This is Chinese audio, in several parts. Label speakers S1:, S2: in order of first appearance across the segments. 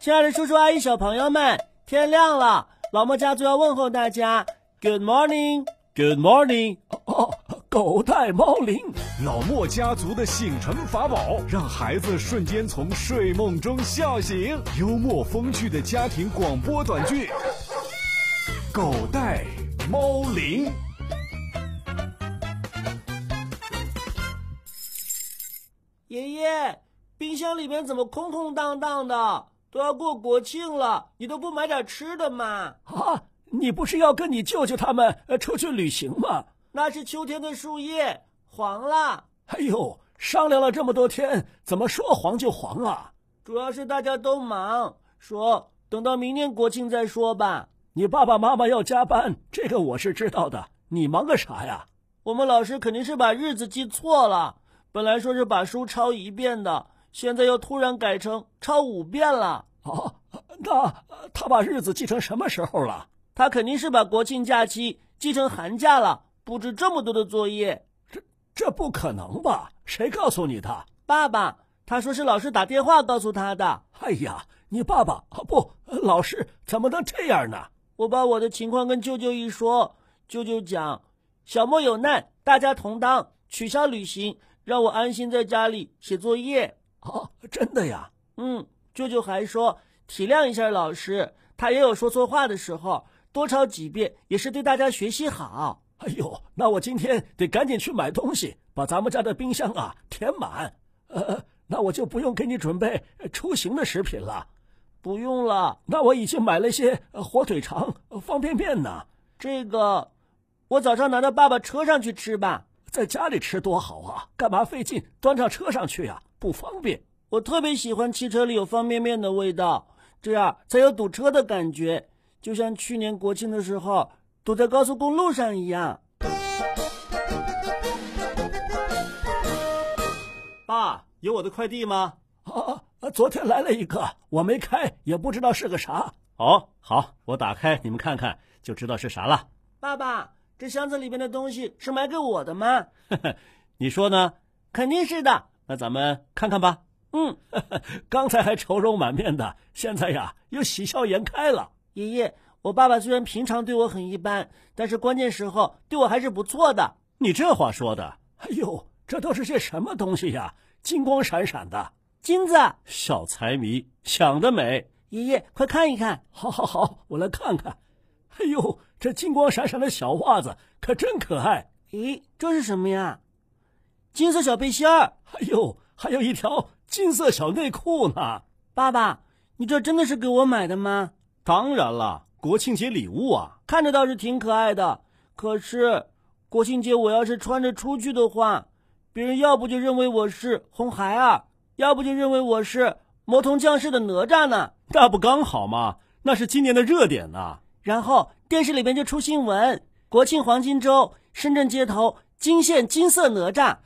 S1: 亲爱的叔叔阿姨、小朋友们，天亮了，老莫家族要问候大家，Good morning，Good morning。
S2: 哦，狗带猫铃，
S3: 老莫家族的醒神法宝，让孩子瞬间从睡梦中笑醒。幽默风趣的家庭广播短剧，《狗带猫铃》。
S1: 爷爷，冰箱里面怎么空空荡荡的？都要过国庆了，你都不买点吃的吗？
S2: 啊，你不是要跟你舅舅他们呃出去旅行吗？
S1: 那是秋天的树叶黄了，
S2: 哎呦，商量了这么多天，怎么说黄就黄啊？
S1: 主要是大家都忙，说等到明年国庆再说吧。
S2: 你爸爸妈妈要加班，这个我是知道的。你忙个啥呀？
S1: 我们老师肯定是把日子记错了，本来说是把书抄一遍的，现在又突然改成抄五遍了。
S2: 哦，那呃他把日子记成什么时候了？
S1: 他肯定是把国庆假期记成寒假了，布置这么多的作业。
S2: 这不可能吧？谁告诉你的？
S1: 爸爸，他说是老师打电话告诉他的。
S2: 哎呀，你爸爸啊不，老师怎么能这样呢？
S1: 我把我的情况跟舅舅一说，舅舅讲：“小莫有难，大家同当，取消旅行，让我安心在家里写作业。
S2: 哦，真的呀？”
S1: 嗯，舅舅还说体谅一下老师，他也有说错话的时候，多抄几遍也是对大家学习好。
S2: 哎呦，那我今天得赶紧去买东西，把咱们家的冰箱啊填满。呃，那我就不用给你准备呃出行的食品了。
S1: 不用了，
S2: 那我已经买了一些呃火腿肠、呃方便面呢，
S1: 这个我早上拿到爸爸车上去吃吧。
S2: 在家里吃多好啊，干嘛费劲端上车上去啊？不方便。
S1: 我特别喜欢汽车里有方便面的味道，这样才有堵车的感觉，就像去年国庆的时候堵在高速公路上一样。
S4: 爸，有我的快递吗？
S2: 啊，啊昨天来了一个，我没开，也不知道是个啥。
S4: 哦，好，我打开你们看看，就知道是啥了。
S1: 爸爸，这箱子里面的东西是买给我的吗？
S4: 你说呢？
S1: 肯定是的。
S4: 那咱们看看吧。
S1: 嗯，
S2: 刚才还愁容满面的，现在呀又喜笑颜开了。
S1: 爷爷，我爸爸虽然平常对我很一般，但是关键时候对我还是不错的。
S4: 你这话说的，
S2: 哎呦，这都是些什么东西呀？金光闪闪的。
S1: 金子，
S4: 小财迷想得美。
S1: 爷爷快看一看，
S2: 好好好，我来看看。哎呦，这金光闪闪的小袜子可真可爱。
S1: 咦，这是什么呀？金色小背心儿。
S2: 哎呦，还有一条金色小内裤呢。
S1: 爸爸，你这真的是给我买的吗？
S4: 当然了，国庆节礼物啊。
S1: 看着倒是挺可爱的，可是国庆节我要是穿着出去的话，别人要不就认为我是红孩儿，要不就认为我是魔童降世的哪吒呢。
S4: 那不刚好吗？那是今年的热点呐、
S1: 然后电视里面就出新闻：国庆黄金周，深圳街头惊现金色 哪吒。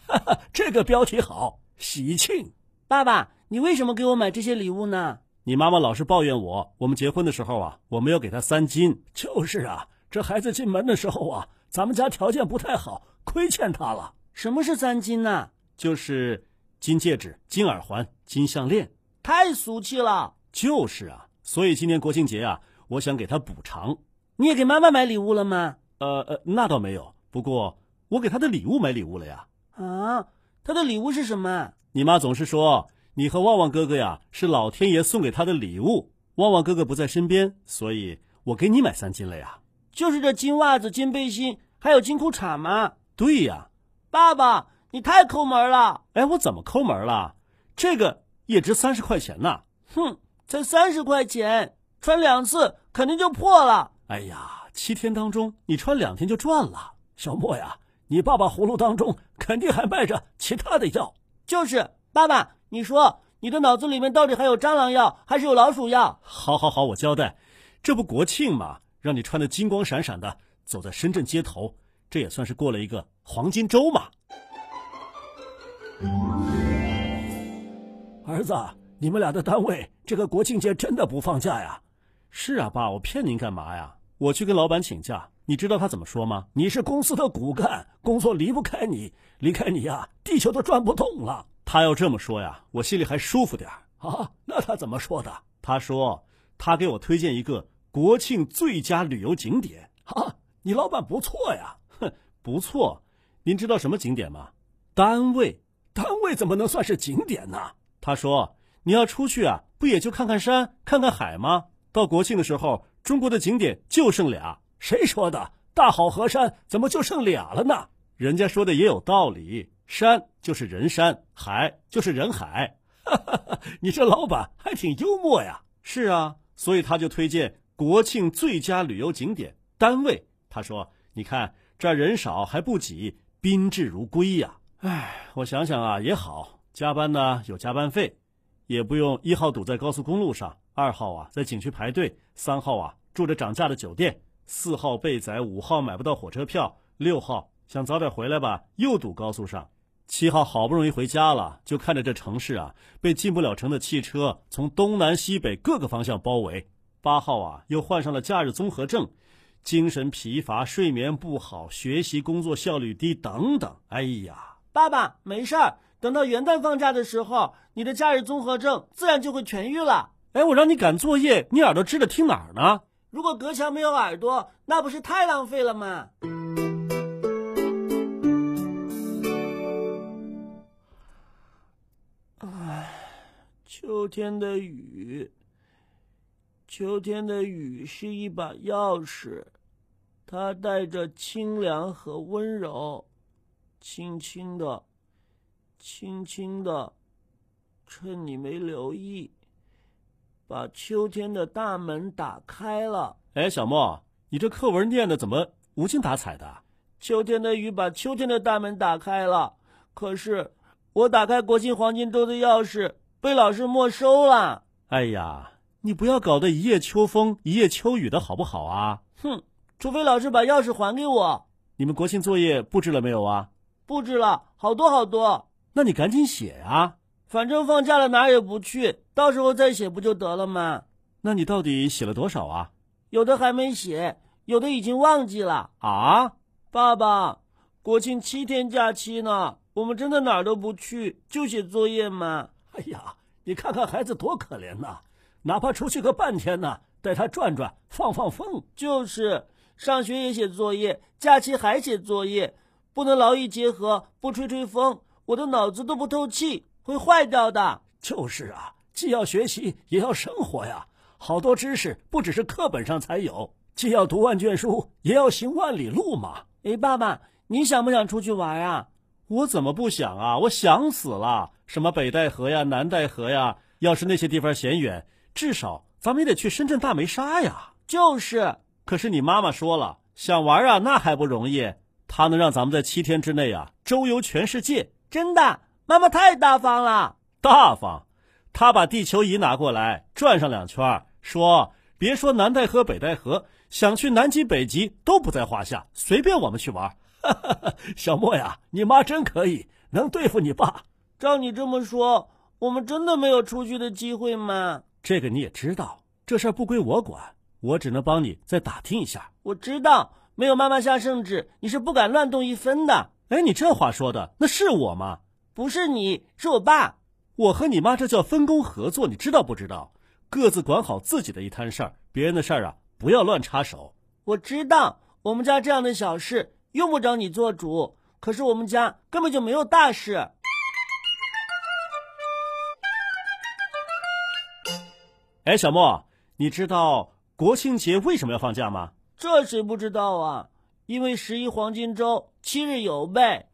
S2: 这个标题好，喜庆。
S1: 爸爸，你为什么给我买这些礼物呢？
S4: 你妈妈老是抱怨我，我们结婚的时候啊，我没有给她三金。
S2: 就是啊，这孩子进门的时候啊，咱们家条件不太好，亏欠他了。
S1: 什么是三金呢、
S4: 就是金戒指、金耳环、金项链。
S1: 太俗气了！
S4: 就是啊，所以今年国庆节啊，我想给她补偿。
S1: 你也给妈妈买礼物了吗？
S4: 呃呃，那倒没有，不过我给她的礼物买礼物了呀。
S1: 啊，她的礼物是什么？
S4: 你妈总是说你和旺旺哥哥呀是老天爷送给她的礼物，旺旺哥哥不在身边，所以我给你买三金了呀。
S1: 就是这金袜子、金背心，还有金裤衩吗？
S4: 对呀，
S1: 爸爸，你太抠门了！
S4: 哎，我怎么抠门了？这个也值三十块钱呢。
S1: 哼，才三十块钱，穿两次肯定就破了。
S4: 哎呀，七天当中你穿两天就赚了。
S2: 小莫呀，你爸爸葫芦当中肯定还卖着其他的药。
S1: 就是爸爸，你说你的脑子里面到底还有蟑螂药，还是有老鼠药？
S4: 好好好，我交代，这不国庆嘛，让你穿的金光闪闪的走在深圳街头，这也算是过了一个黄金周嘛。
S2: 儿子，啊你们俩的单位这个国庆节真的不放假呀？
S4: 是啊，爸，我骗您干嘛呀？我去跟老板请假，你知道他怎么说吗？
S2: 你是公司的骨干，工作离不开你，离开你呀、地球都转不动了
S4: 他要这么说呀，我心里还舒服点儿。
S2: 啊！那他怎么说的？
S1: 他说他给我推荐一个国庆最佳旅游景点，
S5: 啊，你老板不错呀，
S1: 不错。您知道什么景点吗？单位。
S5: 单位怎么能算是景点呢？
S1: 他说你要出去啊，不也就看看山、看看海吗？到国庆的时候，中国的景点就剩俩。
S5: 谁说的？大好河山怎么就剩俩了呢？
S1: 人家说的也有道理，山就是人山，海就是人海。
S5: 你这老板还挺幽默呀。
S1: 是啊，所以他就推荐国庆最佳旅游景点单位。他说：“你看这儿人少还不挤，宾至如归呀、唉，我想想啊，也好，加班呢有加班费，也不用一号堵在高速公路上，二号啊在景区排队，三号啊住着涨价的酒店，四号被宰，五号买不到火车票，六号想早点回来吧，又堵高速上。七号好不容易回家了，就看着这城市啊被进不了城的汽车从东南西北各个方向包围。八号啊又患上了假日综合症，精神疲乏、睡眠不好、学习工作效率低等等。哎呀！
S6: 爸爸，没事儿，等到元旦放假的时候，你的假日综合症自然就会痊愈了。
S1: 哎，我让你赶作业，你耳朵支着听哪儿呢？
S6: 如果隔墙没有耳朵，那不是太浪费了吗？唉，秋天的雨，秋天的雨是一把钥匙，它带着清凉和温柔。轻轻的，轻轻的，趁你没留意，把秋天的大门打开了。
S1: 哎，小莫，你这课文念的怎么无精打采的？
S6: 秋天的雨把秋天的大门打开了，可是我打开国庆黄金周的钥匙被老师没收了。
S1: 哎呀，你不要搞得一夜秋风一夜秋雨的好不好啊？
S6: 哼，除非老师把钥匙还给我。
S1: 你们国庆作业布置了没有啊？
S6: 布置了好多好多，
S1: 那你赶紧写啊！
S6: 反正放假了哪儿也不去，到时候再写不就得了吗？
S1: 那你到底写了多少啊？
S6: 有的还没写，有的已经忘记了。
S1: 啊，
S6: 爸爸，国庆七天假期呢，我们真的哪儿都不去，就写作业吗？
S5: 哎呀，你看看孩子多可怜呐、哪怕出去个半天呢，带他转转，放放风。
S6: 就是上学也写作业，假期还写作业，不能劳逸结合，不吹吹风，我的脑子都不透气，会坏掉的。
S5: 就是啊，既要学习，也要生活呀。好多知识不只是课本上才有，既要读万卷书，也要行万里路嘛。
S6: 哎，爸爸，你想不想出去玩啊？
S1: 我怎么不想啊？我想死了！什么北戴河呀、南戴河呀，要是那些地方嫌远，至少咱们也得去深圳大梅沙呀。
S6: 就是。
S1: 可是你妈妈说了，想玩啊，那还不容易？她能让咱们在七天之内啊周游全世界，
S6: 真的，妈妈太大方了。
S1: 大方。她把地球仪拿过来转上两圈儿，说：“别说南戴河、北戴河，想去南极、北极都不在话下，随便我们去玩。
S5: 小莫呀，你妈真可以，能对付你爸。
S6: 照你这么说，我们真的没有出去的机会吗？”
S1: 这个你也知道，这事儿不归我管，我只能帮你再打听一下。
S6: 我知道，没有妈妈下圣旨，你是不敢乱动一分的。
S1: 哎，你这话说的，那是我吗？
S6: 不是你，是我爸。
S1: 我和你妈这叫分工合作，你知道不知道？各自管好自己的一摊事儿，别人的事儿啊，不要乱插手。
S6: 我知道，我们家这样的小事用不着你做主，可是我们家根本就没有大事。
S1: 哎，小莫，你知道国庆节为什么要放假吗？
S6: 这谁不知道啊？因为十一黄金周，七日游呗。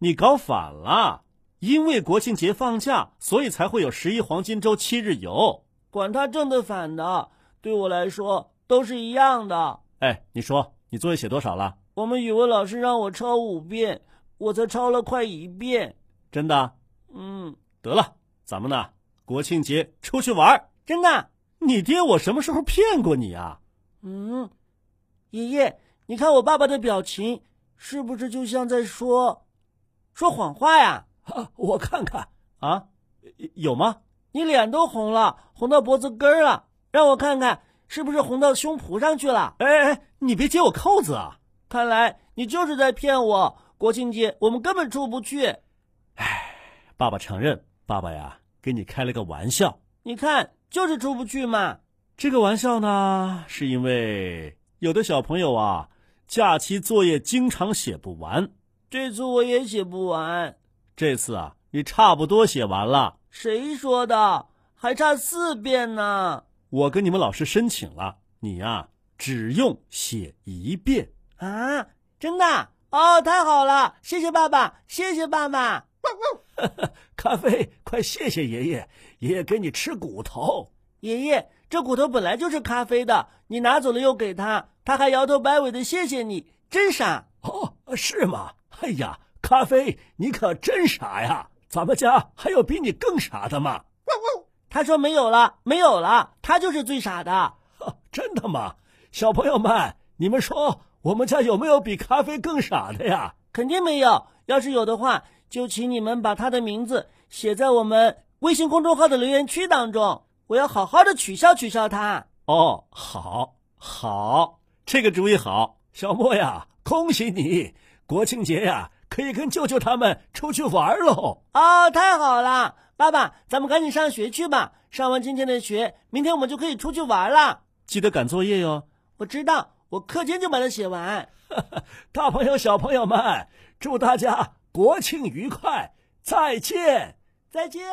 S1: 你搞反了，因为国庆节放假，所以才会有十一黄金周、七日游。
S6: 管他正的反的，对我来说都是一样的。
S1: 哎，你说你作业写多少了？
S6: 我们语文老师让我抄五遍，我才抄了快一遍。
S1: 真的？
S6: 嗯，
S1: 得了，咱们呢，国庆节出去玩儿。
S6: 真的。啊
S1: 你爹我什么时候骗过你啊？
S6: 嗯，爷爷，你看我爸爸的表情，是不是就像在说说谎话呀？
S5: 啊，我看看，
S1: 啊，有吗？
S6: 你脸都红了，红到脖子根儿了，让我看看是不是红到胸脯上去了。
S1: 哎哎，哎你别解我扣子啊！
S6: 看来你就是在骗我。国庆节我们根本出不去。
S1: 爸爸承认，爸爸呀，给你开了个玩笑。你看，就是出不去嘛。
S4: 这个玩笑呢，是因为有的小朋友啊，假期作业经常写不完。
S1: 这次我也写不完。
S4: 这次啊，你差不多写完了。
S1: 谁说的？还差四遍呢。
S4: 我跟你们老师申请了，你呀、只用写一遍。
S1: 啊，真的？哦，太好了，谢谢爸爸，谢谢爸 爸。
S2: 咖啡，快谢谢爷爷，爷爷给你吃骨头。
S1: 爷爷，这骨头本来就是咖啡的，你拿走了又给他，他还摇头摆尾的谢谢你，真傻。
S2: 哦，是吗？哎呀，咖啡，你可真傻呀！咱们家还有比你更傻的吗？
S1: 他说没有了，没有了，他就是最傻的。
S2: 呵 真的吗？小朋友们，你们说我们家有没有比咖啡更傻的呀？
S1: 肯定没有。要是有的话，就请你们把他的名字写在我们微信公众号的留言区当中，我要好好的取笑取笑他。
S4: 哦，好，好，这个主意好。
S2: 小莫呀，恭喜你，国庆节呀，可以跟舅舅他们出去玩喽。
S1: 哦，太好了，爸爸，咱们赶紧上学去吧。上完今天的学，明天我们就可以出去玩了。
S4: 记得赶作业哟。
S1: 我知道，我课间就把它写完。
S2: 大朋友、小朋友们，祝大家国庆愉快，再见。
S1: 再见。